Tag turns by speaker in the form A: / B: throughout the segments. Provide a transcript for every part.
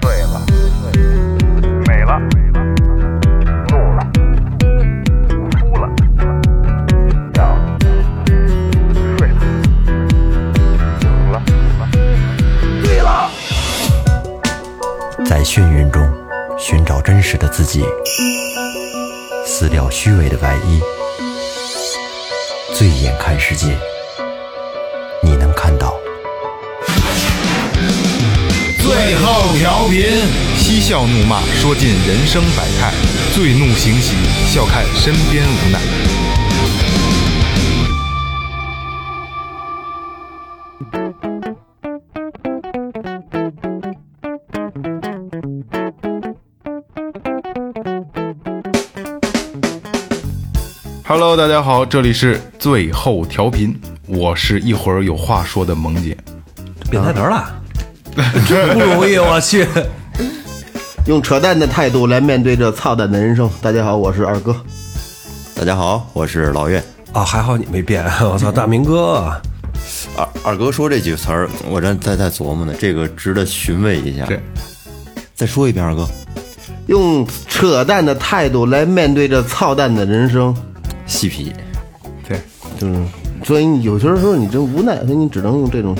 A: 醉了，美了，怒了，哭了，笑了，睡了，醒了，醉了。
B: 在眩晕中寻找真实的自己，撕掉虚伪的外衣，醉眼看世界，你能看到。
C: 最后调频，
D: 嬉笑怒骂，说尽人生百态；醉怒行喜，笑看身边无奈。Hello，大家好，这里是最后调频，我是一会儿有话说的萌姐。
E: 变台词了，真不容易，我去。
F: 用扯淡的态度来面对这操蛋的人生。大家好，我是二哥。
G: 大家好，我是老岳。
E: 啊，还好你没变，我操，大明哥，
G: 二二哥说这几个词儿，我这在在琢磨呢，这个值得询问一下。
D: 对，
G: 再说一遍，二哥，
F: 用扯淡的态度来面对这操蛋的人生，
G: 细皮，
D: 对，
F: 就是，所以你有些时候你真无奈，所以你只能用这种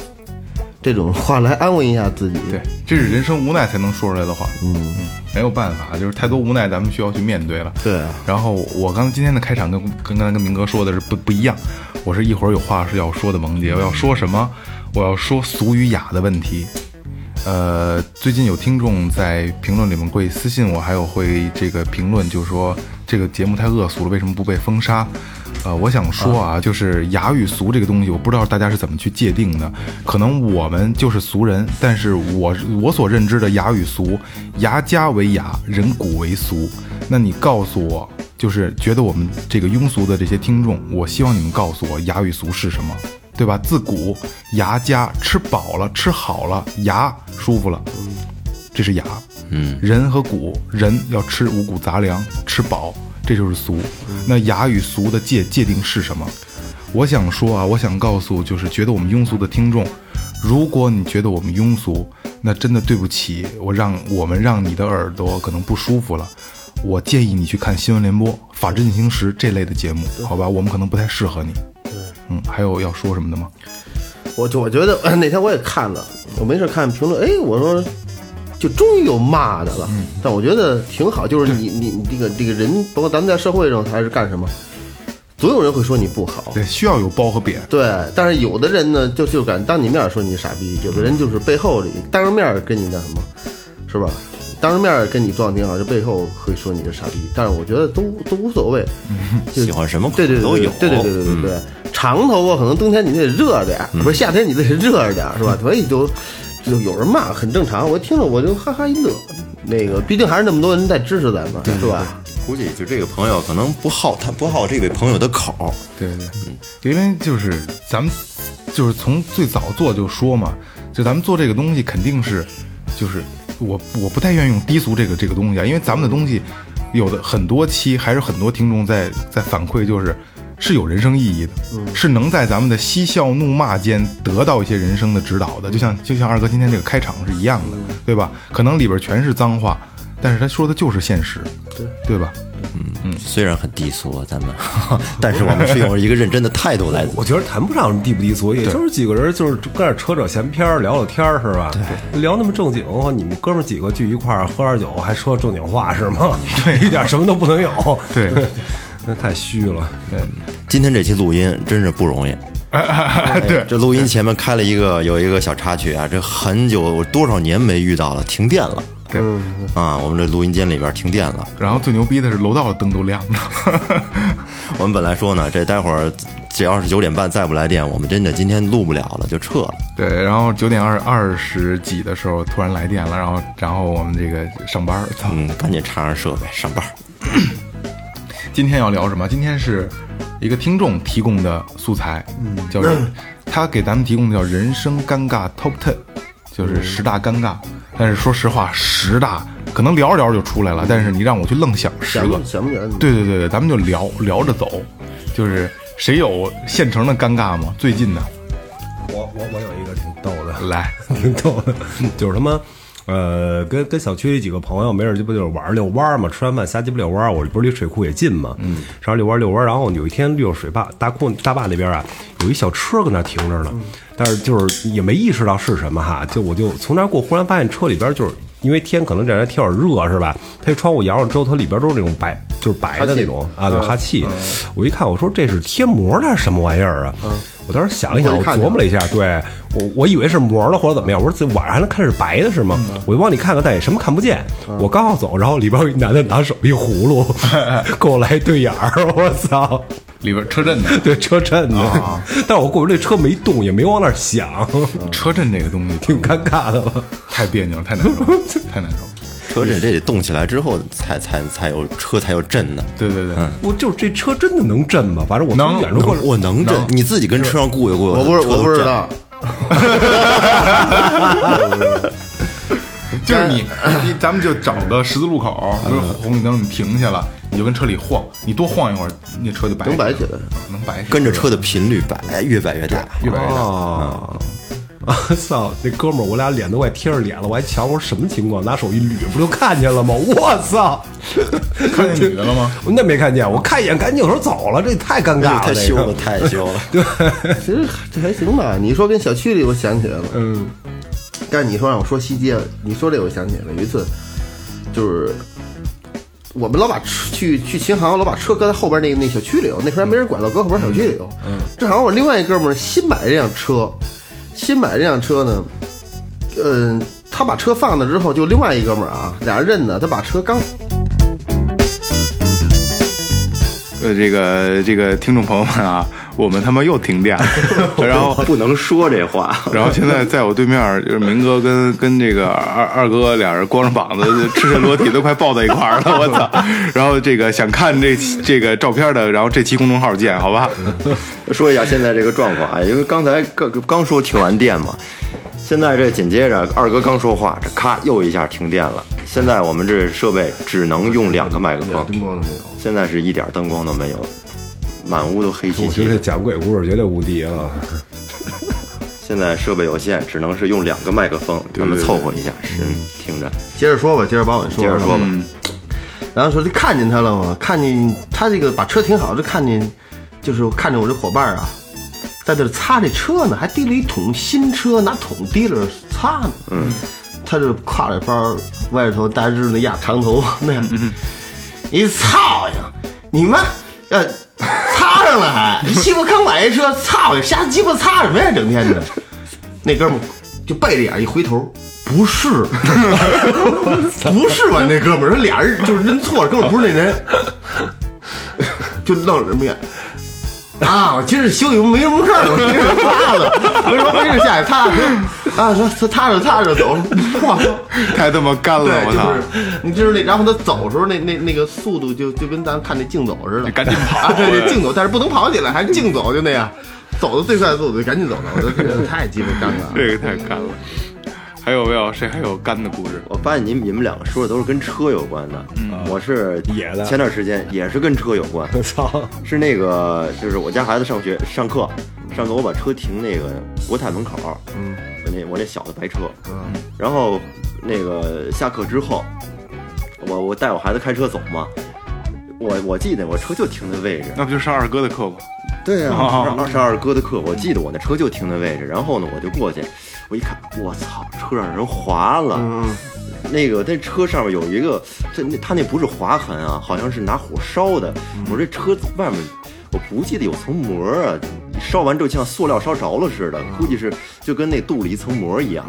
F: 这种话来安慰一下自己。
D: 对，这是人生无奈才能说出来的话。嗯没有办法，就是太多无奈，咱们需要去面对了。
F: 对啊
D: 然后我刚今天的开场跟跟刚才跟明哥说的是不不一样，我是一会儿有话是要说的萌姐，我要说什么？我要说俗与雅的问题。呃，最近有听众在评论里面会私信我，还有会这个评论，就说这个节目太恶俗了，为什么不被封杀？呃，我想说啊，就是雅与俗这个东西，我不知道大家是怎么去界定的。可能我们就是俗人，但是我我所认知的雅与俗，牙家为雅，人骨为俗。那你告诉我，就是觉得我们这个庸俗的这些听众，我希望你们告诉我雅与俗是什么。对吧？自古牙家吃饱了，吃好了，牙舒服了，这是牙。嗯，人和骨，人要吃五谷杂粮，吃饱，这就是俗。那雅与俗的界界定是什么？我想说啊，我想告诉就是觉得我们庸俗的听众，如果你觉得我们庸俗，那真的对不起，我让我们让你的耳朵可能不舒服了。我建议你去看新闻联播、法制进行时这类的节目，好吧？我们可能不太适合你。嗯，还有要说什么的吗？
F: 我就我觉得呃那天我也看了，我没事看评论，哎，我说就终于有骂的了，
G: 嗯
F: 但我觉得挺好，就是你你你这个这个人，包括咱们在社会上还是干什么，总有人会说你不好。
D: 对，需要有褒和贬。
F: 对，但是有的人呢，就就敢当你面说你傻逼，有的人就是背后里当着面儿跟你那什么，是吧？当着面儿跟你装挺好，就背后会说你是傻逼。但是我觉得都都无所谓，就
G: 喜欢哦什么口
F: 对对对
G: 都
F: 对
G: 有
F: 对对对对对对，长头发可能冬天你得热点儿，不是夏天你得热着点儿，是吧？所以就就有人骂很正常，我听了我就哈哈一乐。那个，毕竟还是那么多人在支持咱们，是吧？
G: 估计就这个朋友可能不好，他不好这位朋友的口。
D: 对对，嗯对，因为就是咱们就是从最早做就说嘛，就咱们做这个东西肯定是就是我我不太愿意用低俗这个这个东西啊，因为咱们的东西有的很多期还是很多听众在在反馈，就是是有人生意义的，是能在咱们的嬉笑怒骂间得到一些人生的指导的，就像就像二哥今天这个开场是一样的，对吧？可能里边全是脏话，但是他说的就是现实，对对吧？
G: 虽然很低俗，啊，咱们， 但是我们是用一个认真的态度来。
E: 我觉得谈不上什么低不低俗，也就是几个人就是跟那儿扯扯闲篇儿，聊聊天儿是吧？对，聊那么正经，我靠你们哥们儿几个聚一块儿喝点酒，还说正经话是吗？对， 一点什么都不能有。
D: 对，
E: 那太虚了。
G: 今天这期录音真是不容易。
D: 对，
G: 这录音前面开了一个有一个小插曲啊，这很久我多少年没遇到了，停电了
D: 对。
G: 啊！我们这录音间里边停电了。
D: 然后最牛逼的是楼道的灯都亮着，
G: 我们本来说呢，这待会儿只要是九点半再不来电，我们真的今天录不了了，就撤了。
D: 对，然后九点二二十几的时候突然来电了，然后然后我们这个上班儿，操，
G: 嗯，赶紧插上设备上班。
D: 今天要聊什么？今天是一个听众提供的素材，嗯，叫他给咱们提供的叫人生尴尬 Top Ten，就是十大尴尬。但是说实话，十大可能聊着聊着就出来了，但是你让我去愣想十
F: 想
D: 个
F: 不，想不想？
D: 对对对对，咱们就聊聊着走，就是谁有现成的尴尬吗？最近的
E: 我我我有一个挺逗的，
D: 来，
E: 挺逗的，就是他妈，呃，跟跟小区里几个朋友，没事儿就不就是玩儿遛弯儿嘛，吃完饭瞎鸡巴遛弯儿。我不是离水库也近嘛，嗯，上遛弯儿遛弯儿。然后有一天溜水坝大库大坝那边啊，有一小车搁那儿停着呢，但是就是也没意识到是什么哈，就我就从那儿过，忽然发现车里边就是。因为天可能这两天天有点热是吧？它一窗户摇上之后，它里边都是那种白，就是白的那种啊，对哈气。
F: 嗯
E: 我一看，我说这是贴膜的还是什么玩意儿啊？我当时想一想，
F: 我
E: 我
F: 一看就
E: 琢磨了一下，对我我以为是膜了或者怎么样，我说这晚上还能看是白的是吗？
F: 嗯
E: 我就往里看看，但也什么看不见。我刚要走，然后里边有一男的拿手一葫 芦，给我来对眼儿，我操！
D: 里边车震的，
E: 对车震的，
F: 啊
E: 但是我过去这车没动，也没往那儿想，
G: 嗯
F: 嗯
D: 车震这个东西
E: 挺尴尬的吧？
D: 太别扭了，太难受 了，太难受了。
G: 车震这得动起来之后才才才有车才有震呢。
D: 对对对，
G: 嗯
E: 我就是这车真的能震吗？反正我从
D: 能
E: 远处过来，
G: 我能震，你自己跟车上雇一雇。
F: 我不是我不知
G: 车震
F: 道，
D: 就是你，你咱们就找个十字路口，不是红绿灯，你停下了，你就跟车里晃，你多晃一会儿，那车就白
F: 能白起来，
D: 能白起来，
G: 跟着车的频率摆越摆越大。
D: 越白越大。
E: 啊。啊！操！那哥们儿，我俩脸都快贴着脸了，我还瞧我说什么情况，拿手一捋，不就看见了吗？我操！
D: 看见女的了吗？
E: 那没看见，我看一眼，赶紧扭头走了，这太尴尬了，
G: 太
E: 这
G: 羞了，
E: 个。
G: 太羞了。
F: 其实这还行吧。你说跟小区里，我想起来了。
E: 嗯，
F: 但你说让我说西街，你说这我想起来了，有一次就是我们老把车去去琴行，老把车搁在后边那那小区里头，那时候还没人管了，搁后边小区里头。嗯，正好我另外一哥们儿新买这辆车，新买这辆车呢，嗯、他把车放那之后，就另外一哥们儿啊，俩人认的，他把车刚
D: 呃，这个这个听众朋友们啊，我们他妈又停 电了，然后
G: 不能说这话，
D: 然后现在在我对面儿就是明哥跟跟这个二二哥俩人光着膀子赤身裸体都快抱在一块儿了，我 操！然后这个想看这期这个照片的，然后这期公众号见，好吧？
G: 说一下现在这个状况啊，因为刚才刚刚说停完电嘛，现在这紧接着二哥刚说话，这咔又一下停电了。现在我们这设备只能用两个麦克风，
F: 灯光都没有，
G: 现在是一点灯光都没有，满屋都黑漆
E: 我
G: 漆
E: 觉得
G: 的。
E: 讲鬼故事绝对无敌啊！
G: 现在设备有限，只能是用两个麦克风，咱们凑合一下，是听着。
F: 接着说吧，接着把我说
G: 接着说吧，
F: 然后说就看见他了嘛，看见他这个把车停好，就看见就是看见我这伙伴啊，在这擦这车呢，还提了一桶新车，拿桶提着擦呢。嗯，他就挎着包，歪着头，大日那压长头发那样，你操呀，你妈呃。擦上了还，鸡巴刚买一车，操！瞎鸡巴擦什么呀？整天的，那哥们儿就背着眼一回头，不是， 不是吧？那哥们儿，这俩人就是认错了，根本不是那人，就愣着面。啊！我今儿休息，没什么事儿，我今儿擦了，我说没事下去擦擦，啊，说擦着擦着走，我操！
D: 太他妈干了，
F: 对，
D: 我
F: 就
D: 操！
F: 是你就是那，然后他走的时候那那那个速度就就跟咱们看那竞走似的，
D: 赶紧跑
F: 啊！对对，竞走，但是不能跑起来，还是竞走就那样，走的最快的速度就赶紧走了，我就觉得太鸡巴尴尬了。
D: 这个太干了。还有没有谁还有干的故事？
G: 我发现你们你们两个说的都是跟车有关的，啊我是
E: 嗯野的
G: 前段时间也是跟车有关，
E: 我 操！
G: 是那个，就是我家孩子上学上课，上课我把车停那个国泰门口，嗯，那我那小的白车，嗯，然后那个下课之后，我我带我孩子开车走嘛，我我记得我车就停那位置，
D: 那不就是二哥的课吗？
G: 对呀、
D: 哦
G: 啊，二十二哥的课，我记得我那车就停那位置，然后呢，我就过去，我一看，我操，车让人划了。那个，那车上面有一个，这那他那不是划痕啊，好像是拿火烧的。我这车外面，我不记得有层膜啊，烧完之后像塑料烧着了似的，估计是就跟那镀了一层膜一样。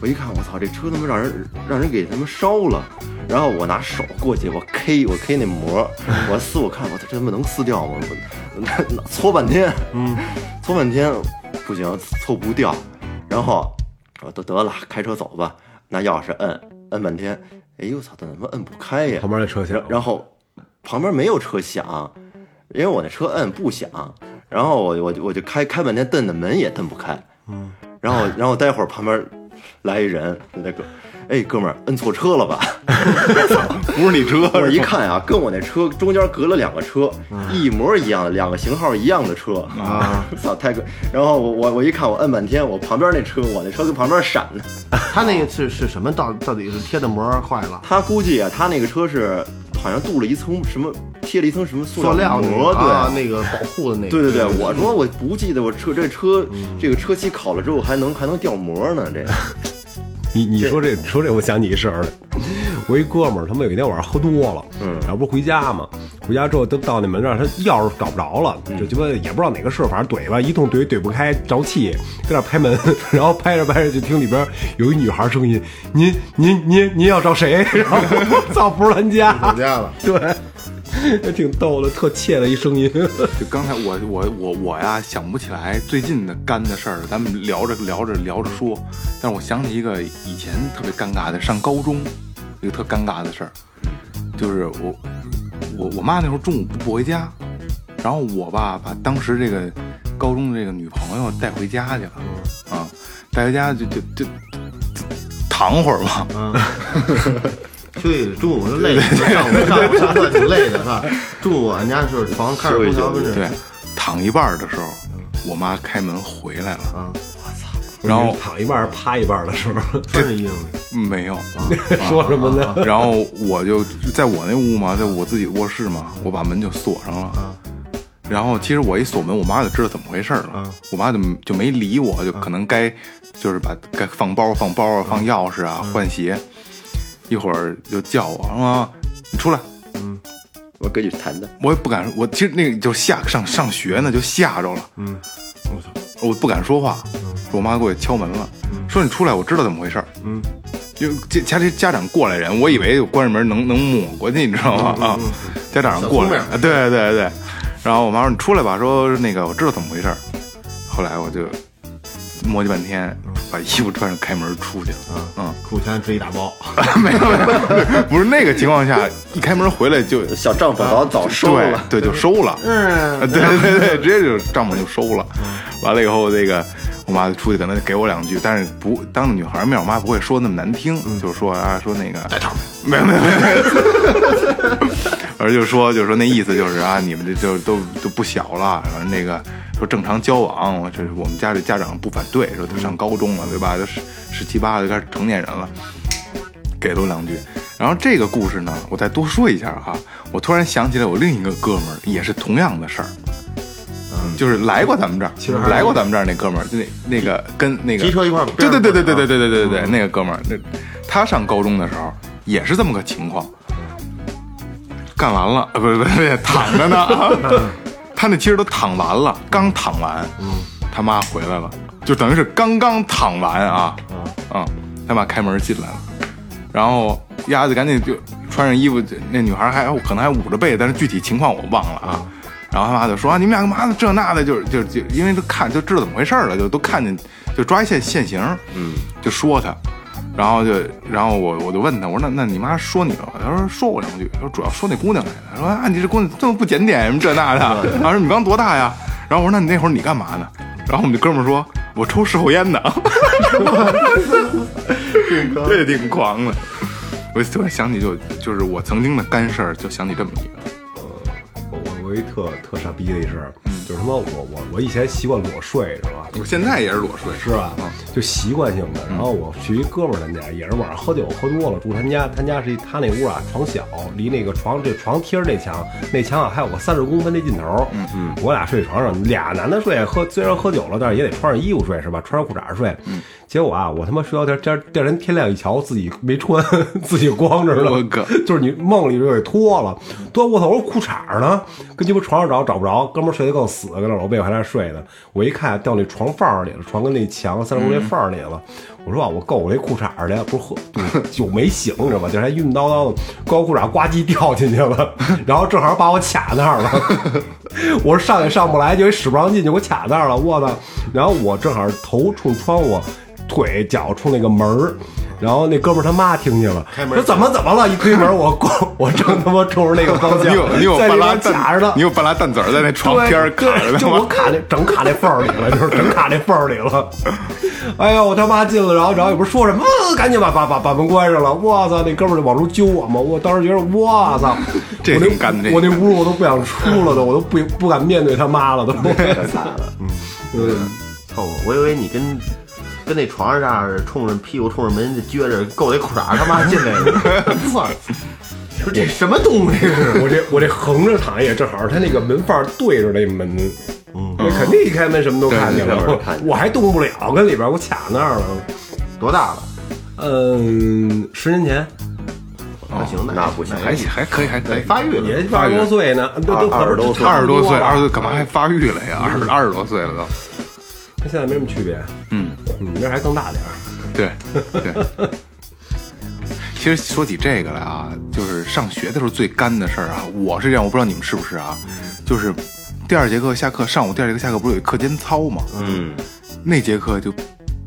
G: 我一看，我操，这车他妈让人让人给他妈烧了。然后我拿手过去，我 K 我 K 那膜，我撕我看，我操，这他妈能撕掉吗？我 搓半天，嗯，搓半天不行，搓不掉。然后我说得得了，开车走吧，拿钥匙摁摁半天，哎呦我操，怎么摁不开呀？
E: 旁边那车啊行，
G: 然后旁边没有车响，因为我那车摁不响，然后我我就我就开开半天蹬的门也蹬不开，嗯，然后然后待会儿旁边来一人那个，哎，哥们儿，摁错车 了吧？不是你车，我一看啊，跟我那车中间隔了两个车，
F: 嗯
G: 一模一样的，两个型号一样的车啊！ 操，太贵！然后我我我一看，我摁半天，我旁边那车，我那车跟旁边闪呢。
F: 他那个是是什么？到到底是贴的膜坏了？
G: 他估计啊，他那个车是好像镀了一层什么，贴了一层什么塑
F: 塑料那
G: 膜，
F: 个
G: 对、
F: 啊，那个保护的那个。
G: 对对对，我说我不记得我车这车、这个车漆烤了之后还能还能掉膜呢，这个
E: 你你说这你说这，我想起一事儿来。我一哥们儿，他们有一天晚上喝多了，嗯，然后不是回家嘛，回家之后都到那门那儿，他钥匙找不着了，就鸡巴也不知道哪个是，反正怼吧，一通怼怼不开，着气，在那儿拍门， 然后拍着拍着就听里边有一女孩声音：“您您您您要找谁？” 然后操，不是咱家，
F: 吵架了。
E: 对，也挺逗的，特怯的一声音。
D: 就刚才我我我我呀，想不起来最近的干的事儿，咱们聊着聊着聊着说，但是我想起一个以前特别尴尬的，上高中一个特尴尬的事儿，就是我我我妈那时候中午不不回家，然后我吧把当时这个高中的这个女朋友带回家去了，啊，带回家就就就就躺会儿吧，
F: 兄弟，中午就累了，上午上午上课挺累的哈。中午俺家就是床开着空调跟着
D: 对，躺一半儿的时候，我妈开门回来了，
F: 啊，
D: 然后
E: 躺一半儿趴一半儿的时候，
F: 穿着衣服。
D: 没有。
E: 说什么呢？
D: 然后我就在我那屋嘛，在我自己卧室嘛，我把门就锁上了。然后其实我一锁门，我妈就知道怎么回事了。我妈就就没理我，就可能该就是把该放包放包啊，放钥匙啊，换鞋。一会儿就叫我说妈妈：“你出来。”
G: 我跟你谈谈。
D: 我也不敢，我其实那个就吓上上学呢，就吓着了。嗯，我操，我不敢说话。我妈给我敲门了，说你出来，我知道怎么回事儿。嗯，就家家里家长过来人，我以为我关上门能能抹过去，你知道吗？啊，家长过来，啊对对对。然后我妈说你出来吧，说那个我知道怎么回事儿。后来我就磨叽半天，把衣服穿上开门出去了。嗯，
F: 裤衩直一大包，
D: 没有没有，不是那个情况下，一开门回来就
G: 小丈夫早早收
D: 对
G: 了，
D: 对，就收 了。嗯， 对对对，直接就帐篷就收了。完了以后，这个我妈就出去可能给我两句，但是不当着女孩面，我妈不会说那么难听，
G: 嗯
D: 就说啊说那个带套 没有没有没有没有，而就说就说那意思就是啊，你们这就都都不小了，然后那个说正常交往，我这我们家里家长不反对，说都上高中了对吧？都十十七八了，就开始成年人了。给了我两句。然后这个故事呢，我再多说一下哈，我突然想起来我另一个哥们儿也是同样的事儿，
F: 嗯
D: 就是来过咱们这儿，来过咱们这儿那哥们儿，就那那个跟那个
F: 骑车一块儿嗯
D: 对对对对对对对
F: 边儿
D: 对对对对，那个哥们儿，那他上高中的时候也是这么个情况，干完了，呃，不不不，躺着呢，啊 他那其实都躺完了，刚躺完，
F: 嗯
D: 他妈回来了，就等于是刚刚躺完啊，嗯，他妈开门进来了，然后丫子赶紧就穿上衣服，那女孩还可能还捂着背，但是具体情况我忘了啊。然后他妈就说啊，你们俩干嘛呢？这那的，就是就就因为都看就知道怎么回事了，就都看见就抓一现现行，嗯，就说他。然后就，然后我我就问他，我说那那你妈说你了吗？他说说我两句，他说主要说那姑娘来的，他说啊你这姑娘这么不检点什么这那的，然后说你刚多大呀？然后我说那你那会儿你干嘛呢？然后我们这哥们儿说，我抽事后烟呢， 这挺狂的。我突然想起就就是我曾经的干事儿，就想起这么一个，
E: 我我我一特特傻逼的一事儿，就是他妈我我我以前习惯裸睡是吧？
D: 我现在也是裸睡，
E: 是吧？就习惯性的。然后我去一哥们儿他们家，也是晚上喝酒喝多了，住他们家，他家是一他那屋啊，床小，离那个床这床贴着那墙，那墙啊还有个三十公分那尽头。嗯嗯，我俩睡床上，俩男的睡，喝虽然喝酒了，但是也得穿上衣服睡是吧？穿上裤衩睡。结果啊，我他妈睡到天天第二天天亮一瞧，自己没穿， 自己光着了。
D: 我靠
E: 就是你梦里就给脱了，脱我操！我说裤衩呢，跟鸡巴床上找找不着，哥们儿睡得更死，跟那老被我还在那睡呢。我一看掉那床缝儿里了，床跟那墙三
D: 嗯
E: 十公分缝儿里了。我说啊，我够我这裤衩儿的，不是喝 酒没醒，你知道吧？这还晕叨叨的，高裤衩呱唧掉进去了， 然后正好把我卡那儿了。 我说上也上不来，就一使不上劲，就给我卡那儿了，我操！然后我正好头冲窗户。腿脚冲那个门儿，然后那哥们儿他妈听见了，
F: 开门
E: 说怎么怎么了？一推门，我咣， 我正他妈冲着那个方向，
D: 你有你有
E: 在
D: 半
E: 里
D: 拉
E: 面卡
D: 蛋
E: 着呢，
D: 你有半拉蛋子儿在那床边儿卡着
E: 对
D: 呢
E: 就我
D: 吗？
E: 卡那整卡那缝儿里了，就是整卡那缝儿里了。 哎呦，我他妈进了，然后然后也不是说什么，呃赶紧把把把把门关上了。我操，那哥们儿就往出揪我嘛，我当时觉得我操，
D: 这
E: 我那
D: 挺干的这
E: 我那屋我都不想出了都，我都不不敢面对他妈 了都。嗯，
F: 凑合。我以为你跟跟那床上这样冲着屁股冲着门撅着够那裤衩他妈进 来了，操！说这什么东西是？
E: 我这我这横着躺也正好，他那个门缝儿对着那门，嗯，那肯定一开门什么都看见了
G: 对对对看，见
E: 我还动不了，跟里边儿我卡那儿了。
F: 多大了？
E: 嗯，十年前
F: 那行，
G: 哦那不行
D: 还还可以，还可以。
F: 发育
E: 嗯
F: 了
E: 也。二十多岁呢，都都
G: 二十多岁
D: 二十多岁，二十岁
E: 岁，
D: 干嘛还发育了呀？二十二十多岁了都。
E: 跟现在没什么区别。
D: 嗯，
E: 你那还更大点儿。
D: 对对。 其实说起这个来啊，就是上学的时候最干的事儿啊，我是这样，我不知道你们是不是啊，就是第二节课下课，上午第二节课下课不是有一课间操吗？
G: 嗯，
D: 那节课就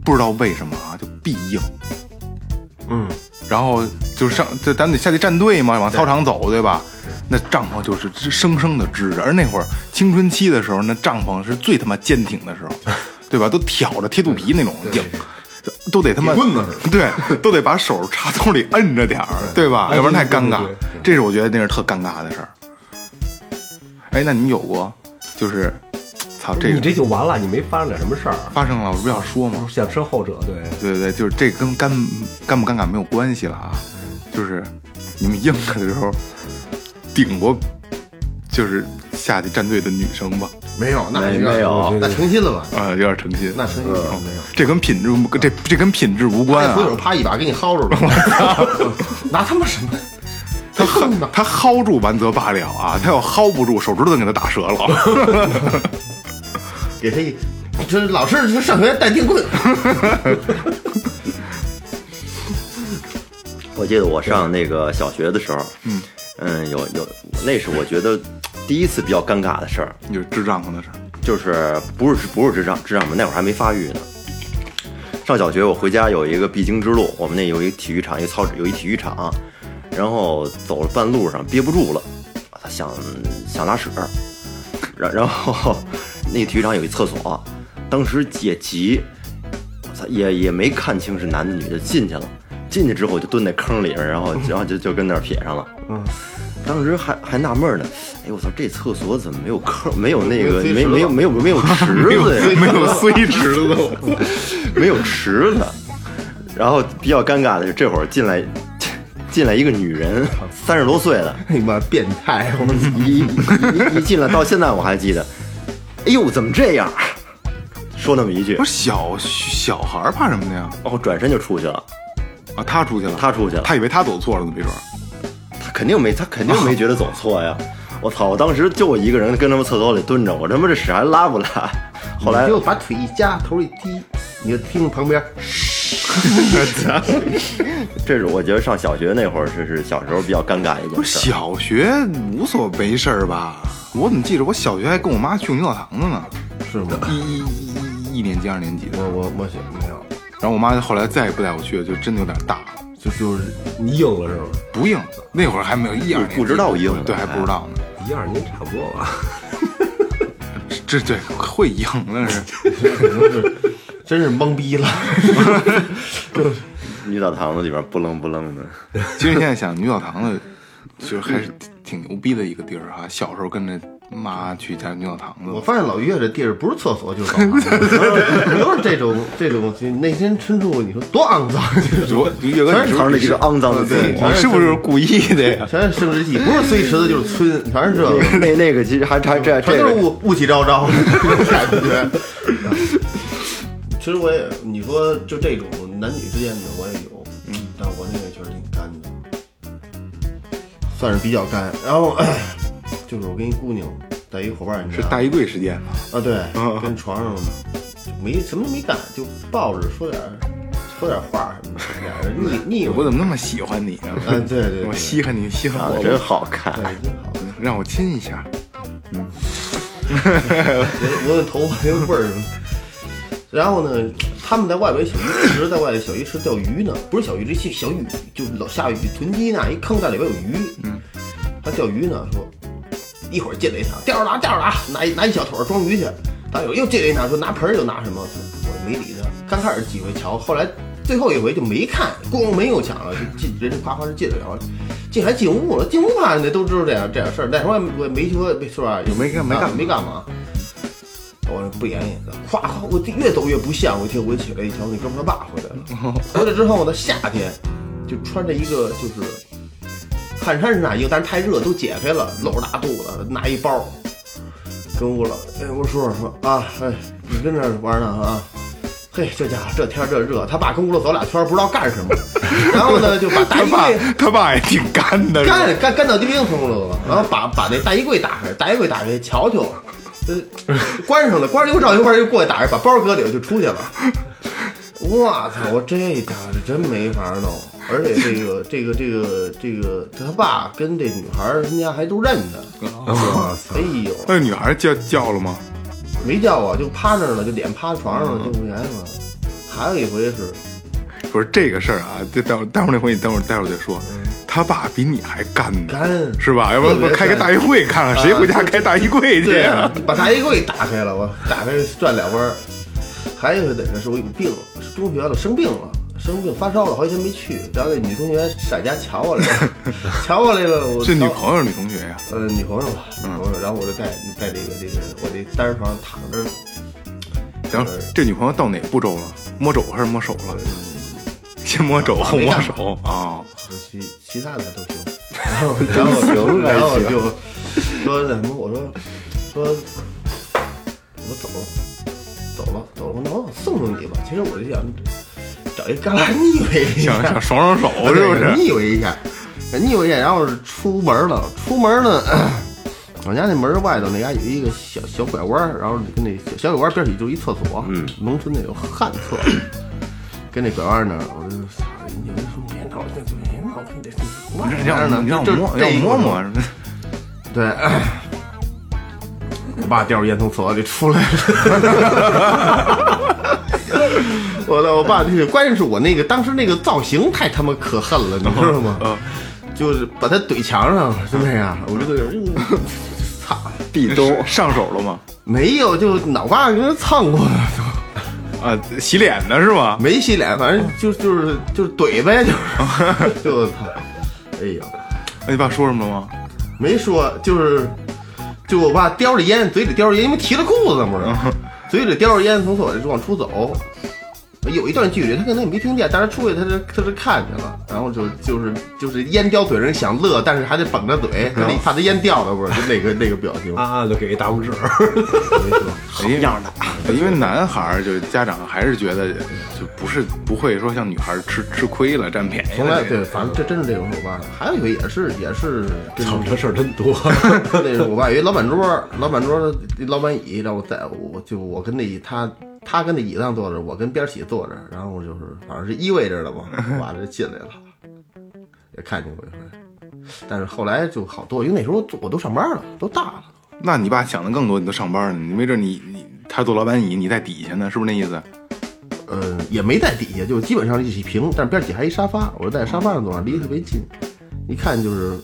D: 不知道为什么啊，就必应。
F: 嗯，
D: 然后就上，就咱得下去站队嘛，往操场走，对吧？那帐篷就是支生生的支着，而那会儿青春期的时候，那帐篷是最他妈坚挺的时 候，对吧？都挑着贴肚皮那种硬，都得他妈棍子对，都得把手插兜里摁着点儿，对吧？要不然太尴尬。这是我觉得那是特尴尬的事儿。哎，那你有过就是，操，这
E: 你
D: 个
E: 这就完了，你没发生点什么事儿，
D: 发生了，我不是要说吗？
E: 想吃后者，对，
D: 对对对，就是这跟尴尴不尴尬没有关系了啊，
G: 嗯
D: 就是你们硬着的时候顶过，就是下去站队的女生吧，
H: 没有，那
G: 没
H: 应该
G: 没有，
F: 那诚心了吧？
D: 啊、有点诚心。
H: 那诚心
D: 嗯
H: 没有。
D: 这跟品质无这这跟品质无关
G: 哎
H: 那回头
D: 啊。
H: 啪一把给你薅 住了，拿他妈什么？
D: 他薅他薅住完则罢了啊，他要薅不住，手指头都给他打折 了。
F: 给他一，这老是这上学带电 棍，
G: 我记得我上那个小学的时候，嗯有有，那是我觉得第一次比较尴尬的事儿，
D: 你就是智障可能是，
G: 就是不是不是智障，智障嘛，那会儿还没发育呢。上小学我回家有一个必经之路，我们那有一体育场，一个操有一体育场，然后走了半路上憋不住了，他想想拉屎，然然后 那个体育场有一厕所，当时也急，操也也没看清是男的女的，进去了，进去之后就蹲在坑里边，然后然后就就跟那儿撇上了，嗯。当时还还纳闷呢，哎我操，这厕所怎么没有坑，没有那个没没有没有没有池子呀？
D: 没有虽直的我。
G: 没有池子。然后比较尴尬的是，这会儿进来进来一个 女人，三十多岁的，
F: 你妈变态！我们
G: 一一一一进来到现在我还记得，哎呦怎么这样？说那么一句
D: 不，是小小孩儿怕什么的呀？
G: 然后转身就出去了。
D: 啊，他出去了，
G: 他出去了
D: 他以为他走错了呢，没准儿。
G: 他肯定没他肯定没觉得走 错呀。我操！我当时就我一个人跟他们厕所里蹲着，我他妈这屎还拉不拉？后来
F: 你就把腿一夹，头一低，你就听旁边，
G: 这是我觉得上小学那会儿是是小时候比较尴尬一
D: 不
G: 件
D: 是
G: 事儿。
D: 小学无所没事儿吧？我怎么记着我小学还跟我妈去牛澡堂子呢？
F: 是吗？
D: 一一一一一年级、二年级的。
F: 我我我想没有，
D: 然后我妈后来再也不带我去，就真的有点大，
E: 就就是你硬了是吗？
D: 不硬。那会儿还没有一二年级，
G: 不知道硬的
D: 对，还不知道呢。
E: 一二年差不多吧，
G: 哎
D: 这对会硬，那是
F: 真是懵逼 了。
G: 女澡堂子里边不楞不楞的，
D: 其实现在想，女澡堂子就是还是挺牛逼的一个地儿哈。小时候跟着妈去家女澡堂
F: 我
D: 子，
F: 发现老岳这地儿不是厕所就是澡堂，都是这种这种内心深处，你说多肮脏，啊
D: 我岳哥，
G: 全
D: 你
G: 是
D: 是
G: 藏
D: 不
G: 着
D: 是
G: 一个肮脏的自
F: 对
G: 我。
D: 你是不是故意的呀？
F: 全是生殖器，不是碎池子就是村，全是这 个，
G: 那那个其实还还
D: 啊
G: 这
F: 全
G: 这
F: 都是
G: 个
F: 雾雾气昭昭的感觉。其实我也，你说就这种男女之间的我也有，嗯，但我那个确实挺干的，算是比较干。然后 就是我跟一姑娘在一伙伴儿家，
D: 是大衣柜事件吗？
F: 啊，对，跟床上就没什么都没干，就抱着说点儿说点儿话什么的， 俩人腻腻
D: 我
F: 歪。
D: 怎么那么喜欢你呢？啊呃
F: 嗯、啊对对啊对，
D: 我稀罕你，稀罕
G: 长
D: 我
G: 得，啊真好看。
F: 对真好。
D: 让我亲一下。
F: 我的头发那味儿。然后呢，他们在外围小鱼池，在外围小鱼池钓鱼呢，不是小鱼，这些小鱼就是老下雨囤积那一坑，在里边有鱼，嗯，他钓鱼呢，说一会儿进来一趟，钓着了啊，钓着了啊，拿一拿一小桶儿装鱼去，他有又进来一趟，说拿盆儿又拿什么，我没理他，刚开始几回瞧，后来最后一回就没看，咣没有抢了，就进人家夸夸就进来了，进还进屋了，进屋嘛，那都知道这样这样事儿，但是我也没我也没说没说啊，也
D: 没干没干嘛
F: 没干嘛。我说不严严的，夸夸，我这越走越不像。我一听我起来一瞧，那哥们儿他爸回来了。 回来之后呢，夏天就穿着一个就是汗衫是哪硬，但是太热都解开了，露着大肚子，拿一包跟屋了。哎，我说我说啊，哎，你跟这儿玩呢啊？嘿，这家伙这天儿这热，他爸跟屋里走俩圈儿，不知道干什 么，然后呢就把大
D: 他
F: 衣
D: 爸
F: 柜
D: 他爸也挺干的，是吧
F: 干干干到丁丁通了都，然后把把那大衣柜打开，大衣柜打开瞧瞧， 呃，关上了，关上又照一会儿又过去打开，把包搁里头就出去了。我操！我这家伙是真没法弄，而且这个这个这个这个他爸跟这女孩儿人家还都认得。
D: 嗯
E: 我操
F: 哎呦，
D: 那女孩叫叫了吗？
F: 没叫我就趴那儿了，就脸趴床上了，就不言了。还有一回是，
D: 不是这个事儿啊，这待会儿待会儿那回你待会儿待会儿再说。他爸比你还干呢，
F: 嗯干
D: 是吧？要不
F: 特
D: 然
F: 别
D: 开个
F: 干
D: 大衣柜看看，谁回家开大衣柜 去
F: 啊对
D: 啊？
F: 把大衣柜打开了，我打开转两弯儿。还有一回在那是我有病，是中学了，生病了，生病发烧了，好几天没去。然后那女同学闪家瞧我来了，瞧我来了，我
D: 是女
F: 瞧
D: 朋友是女同学呀？
F: 呃，女朋友吧，女朋友。然后我就在在这个这个我这单人床上躺着，
D: 行，这女朋友到哪步骤了？摸肘还是摸手了？
F: 嗯
D: 先摸肘，后摸手啊！
F: 其其他的都行。然后然后就然后就说那什么，我说说我走了，走了走了，那我送送你吧。其实我就想找一旮旯腻歪一
D: 想
F: 下
D: 想，爽爽手是不是？
F: 腻歪一下，腻歪一下，然后出门了，出门了。我家那门外头那家有一个小小拐弯儿，然后跟那小小拐弯儿边儿起就一厕所，嗯，农村那有旱厕，跟那拐弯儿那儿，我就操，你们说别闹，别闹，别闹，
D: 你让
F: 呢
D: 你让我
F: 就是
D: 摸，
F: 这
D: 让
F: 一
D: 我摸
F: 股
D: 摸。
F: 对，我爸叼着烟从厕所里出来了。我的，我爸就是，关键是我那个当时那个造型太他妈可恨了，你知道吗？就是把他怼墙上，就那样，我这个人，呃 操，
G: 壁咚，
D: 上手了吗？
F: 没有，就脑瓜子跟人蹭过了都。
D: 啊，洗脸呢是吗？
F: 没洗脸，反正就就是就是怼呗，就是就操，哎呀，
D: 那你爸说什么了吗？
F: 没说，就是就我爸叼着烟，嘴里叼着烟，因为提了裤子呢不是，嘴里叼着烟从厕所里往出走，有一段距离，他可能也没听见，但是出去他是他是看见了，然后就就是就是烟叼嘴上想乐，但是还得绷着嘴，他怕他烟掉了不是，就那个那个表情，
E: 啊，就给一大拇指。
D: 好样的！哎因为男孩儿就是家长还是觉得就不是不会说像女孩儿吃吃亏了占便宜
F: 从
D: 了
F: 来
D: 这个。
F: 对，反正这真是这种是我爸的，还有一个也是也是跟
E: 操，这事儿真多。
F: 那是我爸有一老板桌儿，老板桌儿老板椅，然后我在我就我跟那椅他他跟那椅子上坐着，我跟边儿起坐着，然后我就是反正是依偎着了嘛，我爸就进来了，也看见过一回，但是后来就好多，因为那时候我都上班了，都大了，
D: 那你爸想的更多，你都上班了，你没准你你他坐老板椅，你在底下呢，是不是那意思？
F: 呃，也没在底下，就基本上一起平，但是边儿起还一沙发，我就在沙发上坐着，离得特别近，一看就是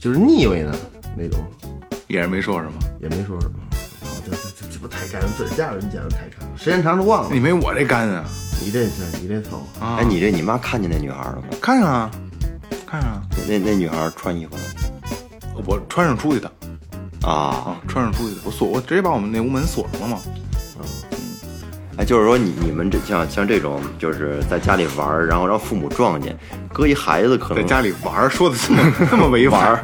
F: 就是腻歪呢那种，
D: 也是没说什么。
F: 也没说什么。我这这这这不太干，自己家人家人太干了，时间长了忘了。
D: 你没我这干啊！
F: 你这这你这凑合，
D: 啊，
G: 哎，你这你妈看见那女孩了吗？
D: 看啊，看啊，
G: 那那女孩穿衣服了吗
D: 我穿上出去的
G: 啊
D: 啊？，穿上出去的，我锁，我直接把我们那屋门锁上了嘛。
G: 哎，就是说你你们这像像这种，就是在家里玩儿，然后让父母撞见，搁一孩子可
D: 在
G: 能
D: 家里玩儿，说的这么这么违法
G: 玩儿，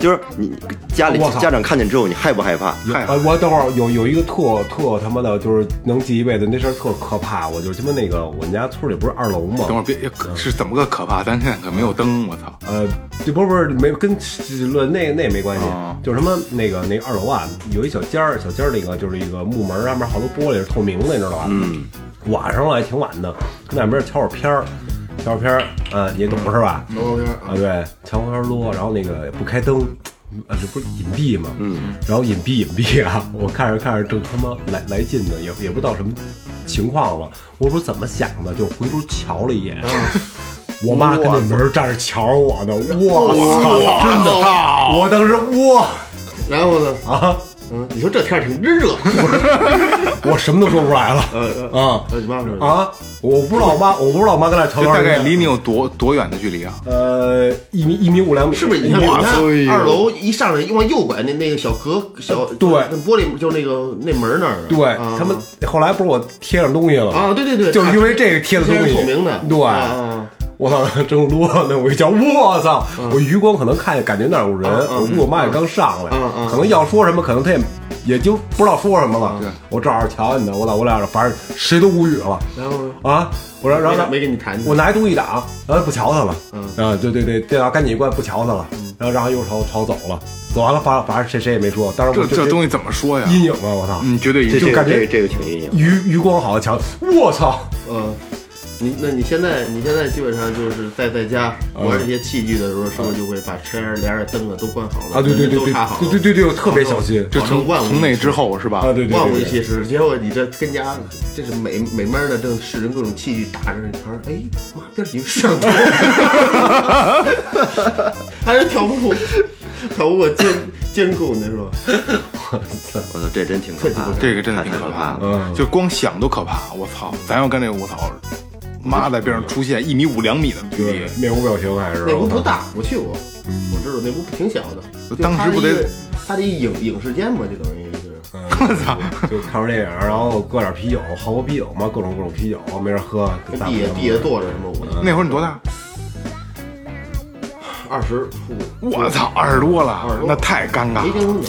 G: 就是你家里
E: 我操
G: 家长看见之后，你害不害怕？
D: 嗨
E: 啊，我等会儿有有一个特特他妈的，就是能记一辈子那事儿特可怕。我就是他妈那个我们家村里不是二楼吗？
D: 等会儿别是怎么个可怕？咱现在可没有灯，我操！
E: 呃，这不是不是没跟论那那也没关系，
D: 啊
E: 就是什么那个那个二楼啊，有一小间儿，小间儿那个就是一个木门儿，上面好多玻璃是透明的，你知道吧？嗯，晚上了也挺晚的，跟那边儿瞧会儿片儿，瞧会儿片儿，啊，你也懂是吧？
F: 聊聊天儿。
E: 啊，对，墙花多，然后那个也不开灯，呃，这不是隐蔽嘛，嗯，然后隐蔽隐蔽啊， 我看着看着正他妈来来劲呢，也也不知道什么情况了，我说怎么想的，就回头瞧了一眼。我妈跟那门儿站着瞧我呢，我操！真的，我当时哇，
F: 然后呢？
E: 啊，
F: 嗯，你说这天儿挺热，
E: 我什么都说不出来
F: 呃
E: 了啊
F: 你妈说
E: 啊！我不知道我妈，我不知道我妈跟那瞧
D: 就
E: 多
D: 大
E: 少
D: 概
E: 人
D: 离你有多多远的距离啊？
E: 呃一米一米五两米，
F: 是不是？你看，你看二楼一上来往右拐那那个小隔小
E: 对
F: 那玻璃就是那个那门那儿啊，
E: 对
F: 啊
E: 他们后来不是我贴上东西了吗？
F: 啊，对对对，
E: 就是因为这个贴的东
F: 这
E: 西
F: 是透明的，
E: 对。
F: 啊啊
E: 我操，正撸呢，我一瞧，我操！我余光可能看感觉那儿有人，
F: 啊
E: 我估计我妈也刚上来
F: 嗯，嗯
E: 可能要说什么，可能她也也就不知道说什么了。我正好瞧见她，我操，我俩这反正谁都无语了
F: 然后呢
E: 啊！我说，然后她
F: 没没跟你谈，
E: 我拿一东西打，然后不瞧他了，
D: 嗯
E: 啊，对对对，电脑赶紧一关，不瞧他了，然后然后又朝朝走了，走完了，反反正谁谁也没说，当时
D: 这
E: 我就
D: 这东西怎么说呀？
E: 阴影啊，我操，
D: 嗯，绝对
G: 这
D: 一
E: 就
G: 这个
E: 感觉
G: 这个这个挺阴影。
E: 余余光好像瞧，我操，
F: 嗯，你那你现在你现在基本上就是在在家玩这些器具的时候，是不是就会把车帘儿、灯啊都关好了
E: 啊啊，对对对
F: 都
E: 对
F: 插好了，
E: 对对对对，我特别小心，
D: 就
F: 保证
D: 从
F: 万无
D: 从那之后是吧？
E: 啊，对对
F: 万无
E: 对
F: 一
E: 对，
F: 失结果你这跟家这是美美美的，正试人各种器具打着一圈儿，哎妈，这是一个摄像头， 还是挑不过，挑不过监监控的是吧？
G: 我操，这真挺可怕的，
D: 这个真的挺
G: 太
D: 可
G: 可
D: 怕
G: 怕
D: 的，就光想都可怕。我操，咱要干这个，我操，妈在边上出现一米五两米的距
E: 对
D: 离，
E: 面无表情还是
F: 那屋不大，我去过，我知道那屋挺小的，就
D: 当时
F: 它是
D: 不得
F: 一个它的一影影视间嘛，就等于是。
E: 我操，嗯就看会儿电影，然后搁点啤酒，好多啤酒嘛，各种各种啤酒，没人喝，
F: 跟
E: 大
F: 地
E: 不
F: 下
E: 了
F: 地下坐着什么，我
D: 那会儿你多大？
F: 二十出，
D: 我操，二十多了
F: 十，多
D: 那太尴尬
F: 没结
D: 了。
F: 婚呢。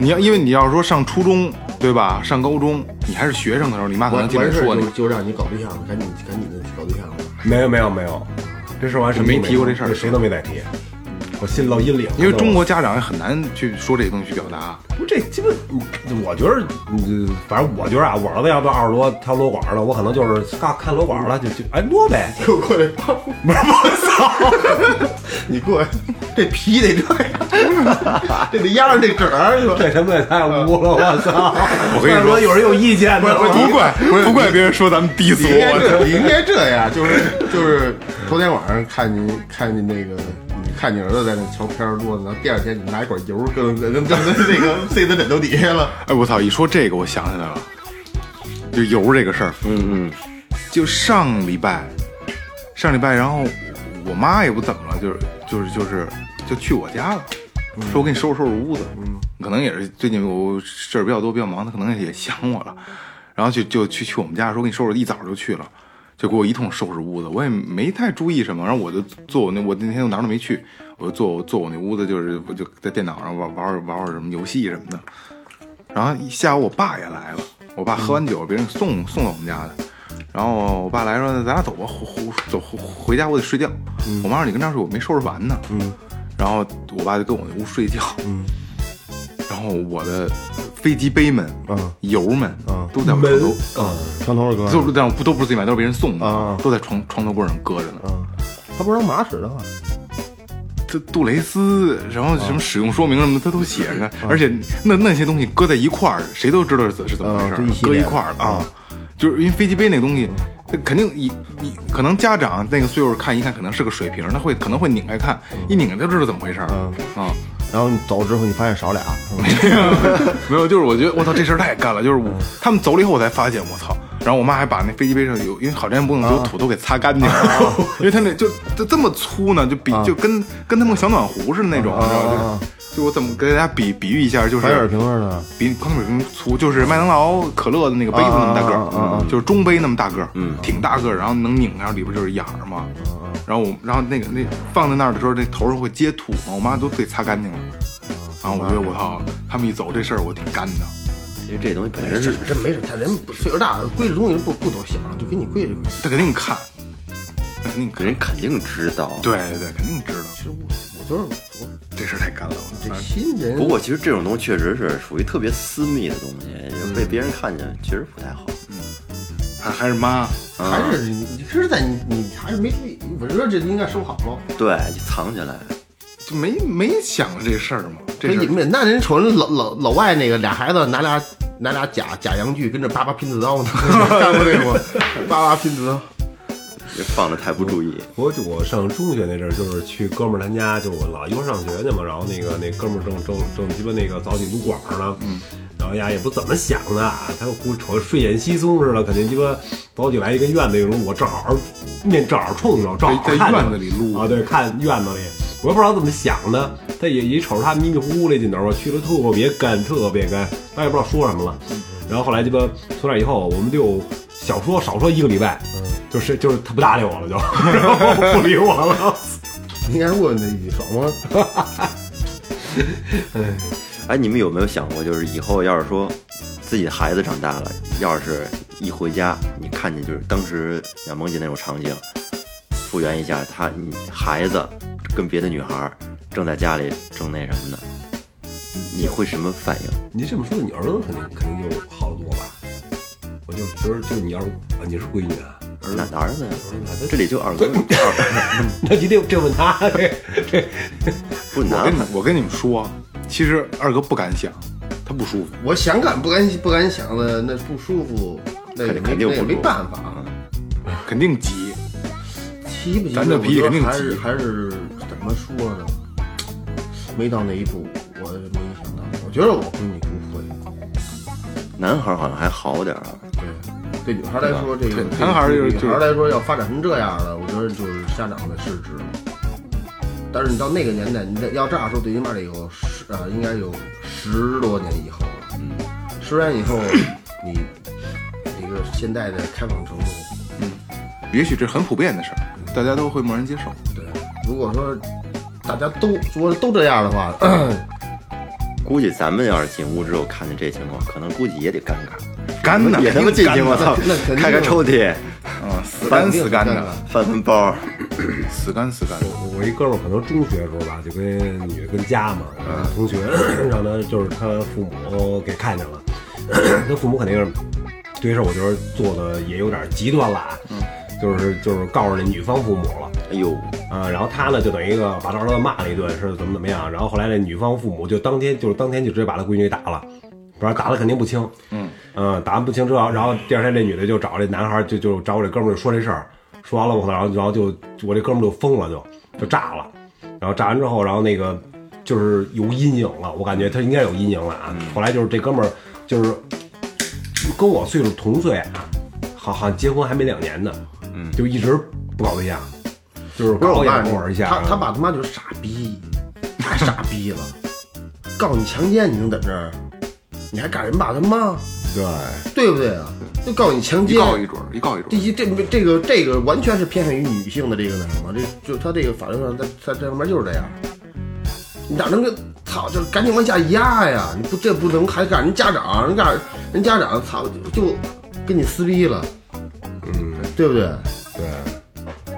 D: 你要因为你要说上初中对吧？上高中你还是学生的时候，你妈可能
F: 完
D: 天
F: 完
D: 天啊
F: 事
D: 说
F: 儿
D: 你
F: 就。就让你搞对象了，赶紧赶紧的搞对象了。
E: 没有没有没有，这事儿我还是
D: 没提过这事儿
E: 谁都没再提，我心落阴里了。
D: 因为中国家长也很难去说这些东西去表达，啊
E: 不是这基本，我觉得，嗯反正我觉得啊，我儿子要到二十多挑裸管了，我可能就是看看裸管了，就就哎挪呗，
F: 给我过来，
E: 不是我操，
F: 你过来，这皮得这样，这得压着这褶儿是吧？
E: 这他妈也太污了，我操！我
D: 跟你说
E: 有人有意见的，
D: 不怪不怪别人说咱们低俗，
H: 你应该
D: 我
H: 这，你应该这样，就是就是头天晚上看你看你那个，你看你儿子在那瞧片儿多呢，然后第二天你拿一管油跟跟跟跟那个塞在枕头底下了，
D: 哎，我操！一说这个，我想起来了，就油这个事儿。嗯嗯，就上礼拜，上礼拜，然后我妈也不怎么了，就是就是就是就去我家了，说我给你收拾收拾屋子。嗯，可能也是最近我事儿比较多，比较忙，她可能也想我了，然后就就去去我们家，说给你收拾，一早就去了。就给我一通收拾屋子，我也没太注意什么，然后我就坐我那我那天我哪儿都没去，我就坐我坐我那屋子，就是我就在电脑上玩玩会儿玩会儿什么游戏什么的，然后一下午我爸也来了，我爸喝完酒，别人送送到我们家的。然后我爸来说：“咱俩走吧，回回走回回家，我得睡觉。我妈说：“你跟这儿睡，我没收拾完呢。”然后我爸就跟我那屋睡觉。然后我的飞机杯们、油们都在我床头，
E: 啊，
H: 床头
F: 嗯
H: 哥
D: 都但不都不是自己买，都是别人送的，都在床床头柜上搁着呢。
H: 他不是马屎的吗？
D: 这杜蕾斯，然后
H: 哦
D: 什么使用说明什么的，它都写着呢。而且那那些东西搁在一块儿，谁都知道是是怎么回事儿
H: 嗯这一，系
D: 搁
H: 列
D: 一块儿了啊。就是因为飞机杯那个东西，它肯定一一可能家长那个岁数看一看，可能是个水瓶儿，他会可能会拧开看，一拧开就知道怎么回事儿
H: 嗯
D: 啊。
H: 然后你走之后你发现少俩，
D: 没有，就是我觉得我操这事儿太干了，就是我他们走了以后我才发现我操，然后我妈还把那飞机杯上有，因为好长时间不用有土都给擦干净了， 因为它那就就这么粗呢，就比就跟跟他们小暖壶似的那种，你知道吗？就就我怎么给大家比比喻一下，就是
H: 白水瓶似的，
D: 比矿泉水瓶粗，就是麦当劳可乐的那个杯子那么大个
H: 啊啊啊嗯啊
D: 儿，嗯就是中杯那么大个儿，挺大个儿，然后能拧开，然后里边就是眼儿嘛。
H: 嗯
D: 然后我，然后那个那放在那儿的时候，那头上会接土嘛，我妈都给擦干净了。然后我
H: 嗯
D: 觉得我操，他们一走这事儿我挺干的。
G: 因为这东西本身是
F: 这没事，他人不岁数大了，规矩东西不不多想，就给你规矩规矩。
D: 他肯定看，他肯定看
G: 人，肯定知道。
D: 对对对，肯定知道
F: 其实我我就是我
D: 这事儿太干了。我操
F: 这新人
G: 啊不，过其实这种东西确实是属于特别私密的东西，就被别人看见其实不太好。
D: 还还是妈，
F: 还
G: 啊
F: 是你你是在你你还是没注意，我觉得这应该收好了。
G: 对，就藏起来。
D: 就没没想过这事儿嘛，这
F: 跟
D: 事
F: 你
D: 儿
F: 们得那人瞅人老老老外那个俩孩子拿俩拿俩假假洋锯跟着叭叭拼刺 刀呢，干过这个吗？叭叭拼刺刀，
G: 这放的太不注意。
E: 我我上中学那阵儿，就是去哥们儿他家，就是我老一块儿上学去嘛。然后那个那哥们儿正正正鸡巴那个早起撸管儿呢，嗯，然后呀也不怎么想的，啊他又估瞅睡眼惺忪似的，肯定鸡巴早起来一跟院子里撸，我正好面正好冲着，正好
D: 在
E: 看着
D: 院子里撸
E: 啊，对，看院子里，我也不知道怎么想的，他也也瞅着他迷迷糊糊那劲头儿，我去了特别干，特别干，他也不知道说什么了。然后后来鸡巴从那以后，我们就少说少说一个礼拜，
D: 嗯
E: 就是就是他不搭理我了就，然后不理我了。
H: 应该问问你爽吗？
G: 哎，你们有没有想过，就是以后要是说自己的孩子长大了，要是一回家，你看见就是当时像萌姐那种场景，复原一下他你孩子跟别的女孩儿正在家里正那什么呢，你会什么反应？
E: 你这么说，你儿子肯定肯定就好得多吧？我就觉得，就你要是啊你是闺女啊，
G: 哪哪儿子呀？这里就二哥，二
E: 那你得这问 他。这这
G: 不
D: 我
G: 难
D: 跟你我跟你们说，其实二哥不敢想，他不舒服。
F: 我想敢不敢不敢想的那不舒服，那也
G: 肯定
F: 没
G: 肯定
F: 那也
G: 不
F: 没
G: 舒服
F: 办法，啊
D: 肯定急。
F: 急不急？
D: 咱这脾气肯定急
F: 还是还是怎么说呢？没到那一步，我没想到。我觉得我闺女不会，
G: 男孩儿好像还好点儿啊，
F: 对女孩来说，这个
D: 对男孩儿就是
F: 女孩儿来说要发展成这样了，我觉得就是家长的失职了。但是你到那个年代，你得要这样说，最起码得有十呃，应该有十多年以后了。嗯，十年以后，你一个现代的开放程度，
D: 也许这很普遍的事儿，大家都会默然接受。
F: 对，如果说大家都说都这 样的话，
G: 估计咱们要是进屋之后看见这情况，可能估计也得尴尬，
D: 干呐，
G: 也他妈进去，我操
F: 那肯定，啊
G: 开开抽屉，
D: 嗯，死干死干
F: 肯定
D: 的
F: 是，
G: 翻翻包。
D: 死干死干的。
E: 我我一哥们儿可能中学的时候吧，就跟女的跟家嘛，同学让他就是他父母给看见了， 他父母肯定是这事儿，我觉得做的也有点极端了啊，就是就是告诉那女方父母了。
G: 哎呦，
E: 啊，然后他呢就等于一个把他儿子骂了一顿，是怎么怎么样，然后后来那女方父母就当天就是当天就直接把他闺女给打了，不然打的肯定不轻，嗯打完不轻之后，然后第二天这女的就找这男孩儿就就找我这哥们儿说这事儿，说完了我操，然后然后就我这哥们儿就疯了就就炸了，然后炸完之后，然后那个就是有阴影了，我感觉他应该有阴影了啊，后来就是这哥们儿就是跟我岁数同岁啊，好好像结婚还没两年呢，嗯，就一直不搞对象。就是
F: 不是
E: 搞
F: 我
E: 一
F: 告
E: 下偶
F: 诉
E: 尔一
F: 你，
E: 下，啊
F: 他他爸他妈就是傻逼，太傻逼了！ 告你强奸，你能在这儿？你还敢人爸他妈？
E: 对，
F: 对不对啊？就告你强
D: 一
F: 奸，
D: 告一准儿，一告一准
F: 这
D: 儿。
F: 一这这个这个完全是偏向于女性的这个那什么，这就是他这个法律上在在这方面就是这样。你哪能跟操，就赶紧往下压呀？你不这不能还赶人家长，人家人家长操就就跟你撕逼了，嗯，对不对？
E: 对，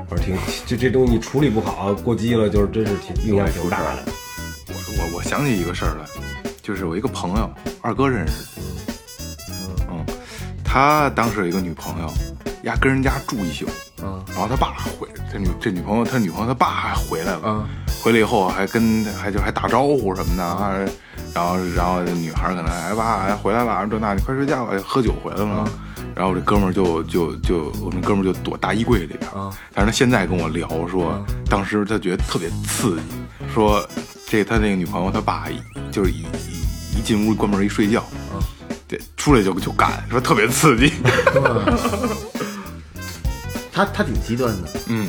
E: 我说挺这这东西处理不好，过激了就是真是挺影响挺大的。
D: 我我我想起一个事儿来，就是我一个朋友，二哥认识的，嗯，他当时有一个女朋友，呀跟人家住一宿，
F: 啊
D: 然后他爸回这女这女朋友，他女朋友他爸还回来了，
F: 啊
D: 回来以后还跟还就还打招呼什么的，还然后然后这女孩可能哎爸哎回来了，这那你快睡觉吧，喝酒回来了嘛。然后我这哥们儿就就就我们哥们儿就躲大衣柜里边，
F: 啊
D: 但是他现在跟我聊说，当时他觉得特别刺激，说这他那个女朋友他爸一就是一一一进屋关门一睡觉，对，出来就就干，说特别刺 激，
F: 他他挺极端的，
D: 嗯，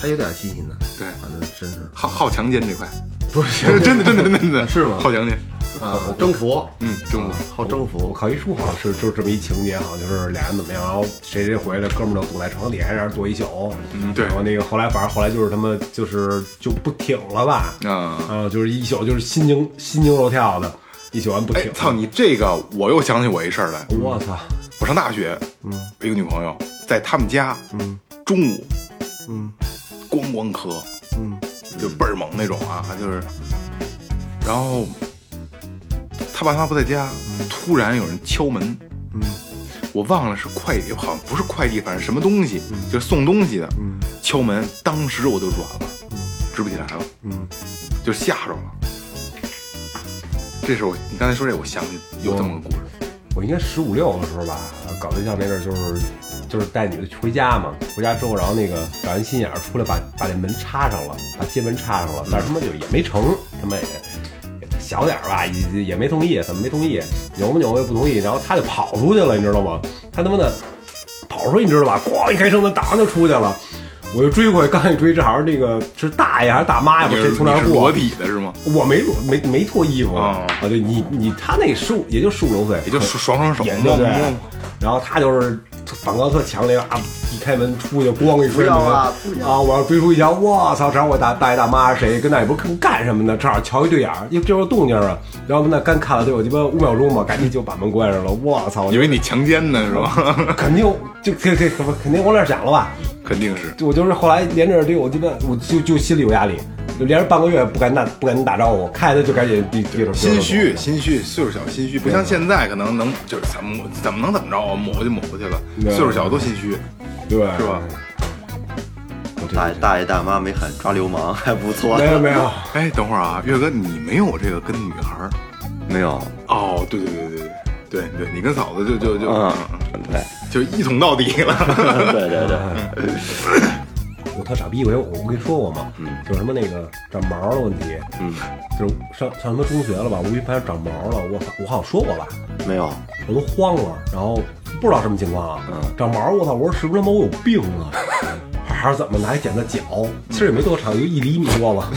F: 他有点新心的，
D: 对
F: 反正真是
D: 好好强奸这块，不是 真的真的真的真的
F: 是吗
D: 好强奸，
F: 啊，征服，
D: 嗯，中午。
F: 好征
E: 我
F: 服，
E: 靠，一书好像是就是这么一情节，好像就是俩人怎么样，然后谁谁回来，哥们儿就躲在床底下让人躲一宿。
D: 嗯对
E: 然后那个后来反正后来就是他妈就是就不挺了吧，
D: 啊
E: 啊，就是一宿就是心惊心惊肉跳的，一宿完不
D: 哎
E: 挺。，
D: 操！你这个，我又想起我一事儿来。
E: 我操！
D: 我上大学，嗯，一个女朋友在他们家，嗯，中午，嗯，咣咣磕，嗯，就倍儿猛那种啊，就是，然后他爸他妈不在家，突然有人敲门，嗯，我忘了是快递，好像不是快递，反正什么东西，就是送东西的，敲门，当时我就软了，直不起来了，嗯，就吓着了。这是我，你刚才说这，我想起有这么个故事。
E: 我应该十五六的时候吧，搞对象那阵儿就是就是带女的回家嘛，回家之后，然后那个找人心眼儿出来把，把这门插上了，把街门插上了，但是他妈就也没成，他妈也也小点儿吧，也也没同意，怎么没同意？扭吧扭吧也不同意，然后他就跑出去了，你知道吗？他他妈的跑出去，你知道吧？咣一开车门，当就出去了。我就追过去，刚一追，正好那个是大爷还是大妈呀？不
D: 你是
E: 知道谁从那
D: 你
E: 儿
D: 是
E: 过？啊
D: 裸体的是吗？
E: 我没裸没没脱衣服
D: 哦
E: 啊！对你你他那十五也就十五六岁，
D: 也就爽爽手
E: 也，
D: 摸
E: 对
D: 摸
E: 对。然后他就是反抗特强烈啊！一开门出去，咣一摔门
F: 不要啊不要
E: 啊！我要追出一瞧，我操！正好我大大爷大妈谁跟那也不是看干什么呢？正好瞧一对眼儿，因为这会儿动静儿啊。然后那刚看了得有鸡巴五秒钟吧，赶紧就把门关上了。我操！
D: 以为你强奸呢是吧？
E: 肯定就肯肯肯定往那儿想了吧？
D: 肯定是。
E: 我就是后来连着这个，我鸡巴我就就心里有压力，就连着半个月不敢打不敢打招呼，看着就赶紧低低头
D: 心虚，心虚，岁数小，心虚，不像现在可能能就是怎么怎么能怎么着啊，抹就抹过去了。
E: 对
D: 岁数小多心虚，
E: 对
D: 是吧？？
G: 大爷大爷大妈没喊抓流氓，还不错
E: 没。有没有，
D: 哎，等会儿啊，岳哥，你没有这个跟女孩儿
G: 没有，
D: 哦？对对对对对对对，你跟嫂子就就就、
G: 嗯，对，
D: 就一捅到底了。
G: 嗯对对对，
E: 我特傻逼，我我不跟你说过吗？嗯，就是什么那个长毛的问题，嗯，就是上上什么中学了吧，无意间长毛了，我操我好像说过吧，
G: 没有，
E: 我都慌了，然后不知道什么情况啊，
D: 嗯
E: 长毛，我操，我说是不是他妈我有病 啊？还是怎么拿一剪子绞？其实也没多长，就一厘米多吧。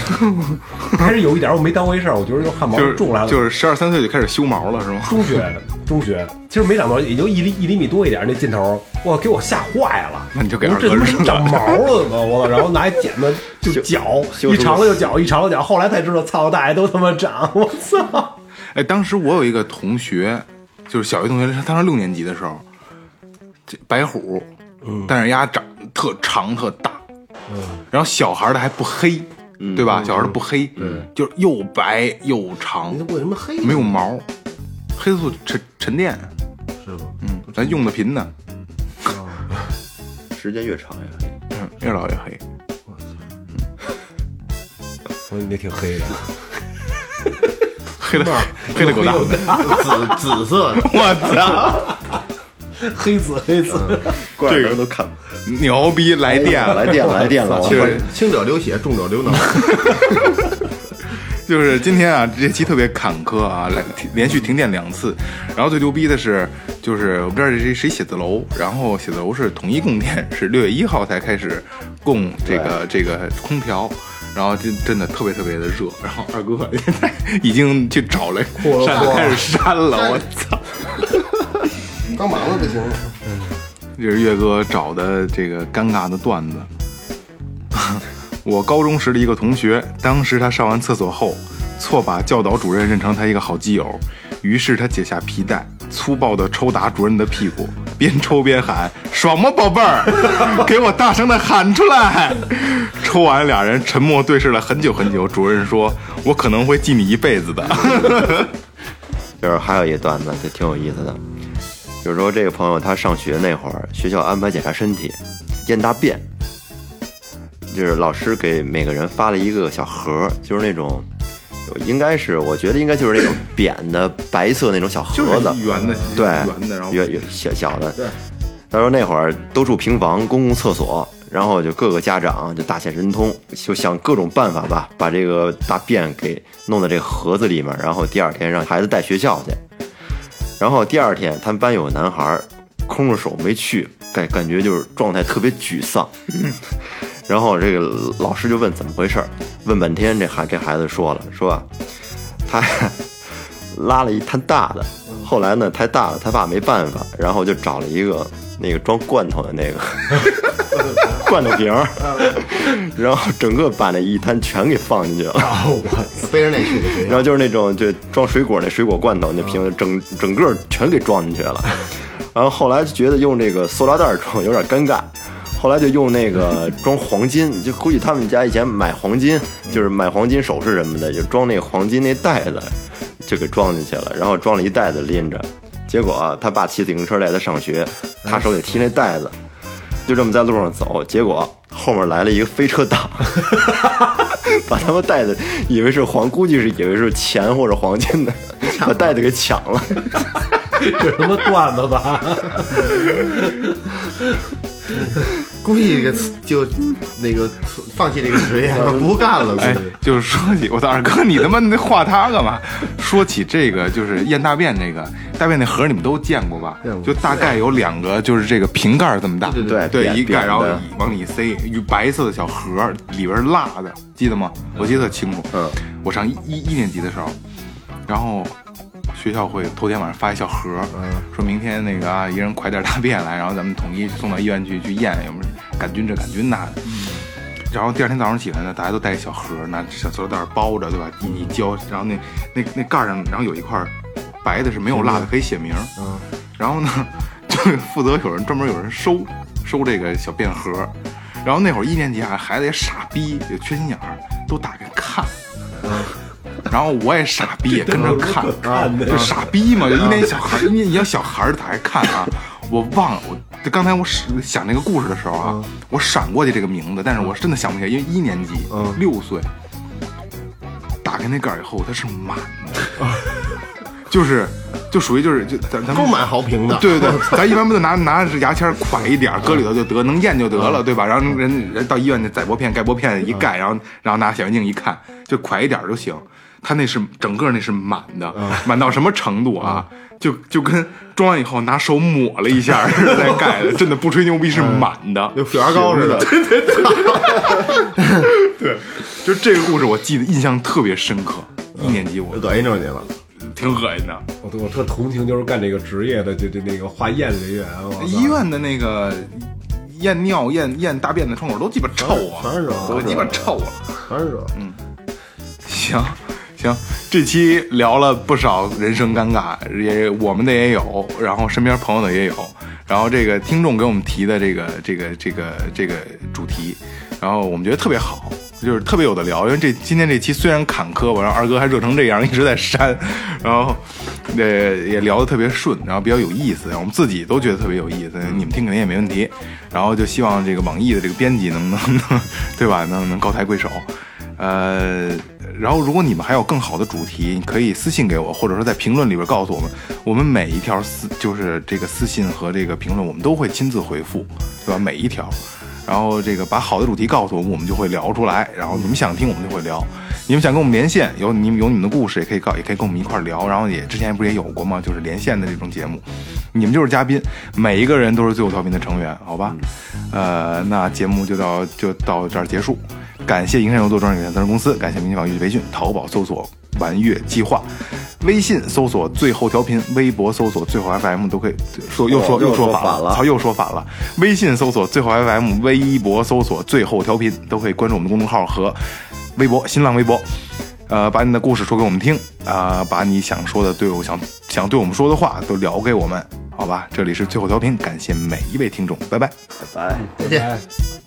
E: 开始有一点我没当回事儿，我觉得就汗毛
D: 就是
E: 种来了，
D: 就是十二三岁就开始修毛了是吗？
E: 中学，中学，其实没长多，也就一厘一厘米多一点那劲头，哇，给我吓坏了。
D: 那你就给
E: 我说
D: 二
E: 这
D: 哥
E: 他
D: 扔了
E: 妈长毛了怎么？我操！然后拿一剪子就绞，
G: 修
E: 一长了就绞，一长了绞。后来才知道，操，大爷都他妈长，我操！
D: 哎，当时我有一个同学，就是小学同学，他上六年级的时候，这白虎，
F: 嗯
D: 但是丫长特长特大，然后小孩儿的还不黑，
F: 嗯
D: 对吧？小孩儿的不黑，就是又白又长
F: 你，为什么黑？
D: 没有毛，黑色素沉沉淀，
F: 是吗？
D: 嗯，咱用的频呢，
G: 时间越长越黑。
D: 嗯，越老越黑。
E: 所以你挺黑的，
D: 黑了，黑了狗蛋，
F: 紫紫色的，
D: 我 操，
E: 黑子黑子。
G: 怪不得都看
D: 牛逼来电了，
G: 来电了来电 了，我
D: 就是
F: 轻者流血，重者流脑。
D: 就是今天啊，这期特别坎坷啊，来连续停电两次，然后最牛逼的是，就是我不知道这是谁写字楼，然后写字楼是统一供电，是六月一号才开始供这个这个空调。然后真真的特别特别的热，然后二哥 现在已经去找了扇子开始扇了，我操！
F: 当忙了就行了。
D: 这是岳哥找的这个尴尬的段子。 我高中时的一个同学，当时他上完厕所后，错把教导主任认成他一个好基友，于是他解下皮带，粗暴地抽打主任的屁股，边抽边喊：“爽吗，宝贝儿？ 给我大声地喊出来！”抽完，俩人沉默对视了很久很久。主任说：“我可能会记你一辈子的。
G: 就是还有一段子，就挺有意思的。就是说，这个朋友他上学那会儿，学校安排检查身体、验大便，就是老师给每个人发了一个小盒儿，就是那种，应该是我觉得应该就是那种扁的白色那种小”盒子，
D: 圆的，
G: 对，
D: 圆的，然后
G: 圆圆小小的。对，他说那会儿都住平房，公共厕所，然后就各个家长就大显神通，就想各种办法吧，把这个大便给弄到这个盒子里面，然后第二天让孩子带学校去。然后第二天，他们班有个男孩儿空着手没去，感感觉就是状态特别沮丧。 然后这个老师就问怎么回事儿，问半天，这孩这孩子说了，说啊，他拉了一摊大的，后来呢太大了，他爸没办法，然后就找了一个那个装罐头的那个罐头瓶儿，然后整个把那一摊全给放进去了，
F: 背着那去的学
G: 然
F: 校，
G: 后就是那种就装水果那水果罐头那瓶子，整整个全给装进去了，然后后来就觉得用这个塑料袋儿装有点尴尬。后来就用那个装黄金，就估计他们家以前买黄金，就是买黄金首饰什么的，就装那个黄金那袋子，就给装进去了，然后装了一袋子拎着，结果、啊、他爸骑自行车带他上学，他手里提那袋子，就这么在路上走，结果后面来了一个飞车党， 把他们袋子以为是黄，估计是以为是钱或者黄金的，把袋子给抢了。
E: 这他妈段子吧？
F: 故意给就那个放弃这个职业了，不干了。
D: 哎，就是说起我的二哥，你他妈你画他干嘛？说起这个，就是验大便那个，大便那盒你们都见过吧？就大概有两个，就是这个瓶盖儿这么大，对
G: 对对扁
D: 一盖，
G: 扁
D: 然后
G: 的
D: 往里塞，与白色的小盒儿，里边儿辣的，记得吗？我记得特清楚。
G: 嗯，
D: 我上一一一年级的时候，然后学校会头天晚上发一小盒儿，
G: 嗯
D: 说明天那个啊，一人快点大便来，然后咱们统一送到医院去去验有没有杆菌这杆菌那的。
G: 嗯
D: 然后第二天早上起来呢，大家都带一小盒儿，拿小塑料袋儿包着，对吧？一一浇，然后那那那盖儿上，然后有一块儿白的是没有蜡的，可以写名。嗯。然后呢， 就负责有人专门有人收收这个小便盒儿。然后那会儿一年级啊，孩子也傻逼，也缺心眼儿，都打开看。然后我也傻逼，也跟着看，就傻逼嘛，就一那小孩儿，一要小孩儿打开看啊。我忘了，我就刚才我是想这个故事的时候啊，我闪过去这个名字，但是我真的想不起来，因为一年级六岁，打开那盖儿以后，它是满的，就是就属于就是就咱咱们
F: 够买豪平的，
D: 对对对，咱一般不就拿拿着牙签儿㧟一点儿，搁里头就得，能咽就得了，对吧？然后人人到医院那载玻片、盖玻片一盖，然后然后拿显微镜一看，就㧟一点儿就行。他那是整个那是满的，满到什么程度啊？就就跟装完以后拿手抹了一下儿 再盖的，真的不吹牛逼是满的，
F: 跟血压高似的。
D: 就这个故事我记得印象特别深刻。一年级我
F: 恶心着你了，
D: 挺恶心的，
E: 我我特同情，就是干这个职业的，这这那个化验人员，我操
D: 医院的那个验尿、验验大便的窗口都鸡巴臭啊，
F: 全是这
D: 都鸡巴臭啊。
F: 全是这。
D: 行行，这期聊了不少人生尴尬，也我们的也有，然后身边朋友的也有，然后这个听众给我们提的这个这个这个这个主题，然后我们觉得特别好。就是特别有的聊，因为这今天这期虽然坎坷吧，然后二哥还热成这样，一直在删，然后，呃，也聊得特别顺，然后比较有意思，我们自己都觉得特别有意思，你们听肯定也没问题，然后就希望这个网易的这个编辑能能能，对吧？能能高抬贵手，呃，然后如果你们还有更好的主题，你可以私信给我，或者说在评论里边告诉我们。我们每一条私就是这个私信和这个评论，我们都会亲自回复，对吧？每一条。然后这个把好的主题告诉我们，我们就会聊出来。然后你们想听，我们就会聊。你们想跟我们连线，有你们有你们的故事，也可以告，也可以跟我们一块儿聊。然后也之前不是也有过吗？就是连线的这种节目，你们就是嘉宾，每一个人都是最后调频的成员，好吧？
G: 嗯
D: 呃，那节目就到就到这儿结束。感谢营山游做专业有限责任公司，感谢民警网预计培训，淘宝搜索“玩乐计划”，微信搜索“最后调频”，微博搜索“最后 FM” 都可以。说又说
G: 哦又
D: 说
G: 说
D: 反
G: 反了
D: 操，又说反了。微信搜索“最后 FM”，微博搜索“最后调频”，都可以关注我们的公众号和微博、新浪微博。呃，把你的故事说给我们听啊、把你想说的对我想想对我们说的话都聊给我们，好吧？这里是最后调频，感谢每一位听众，拜拜。
G: 拜拜。
E: 哎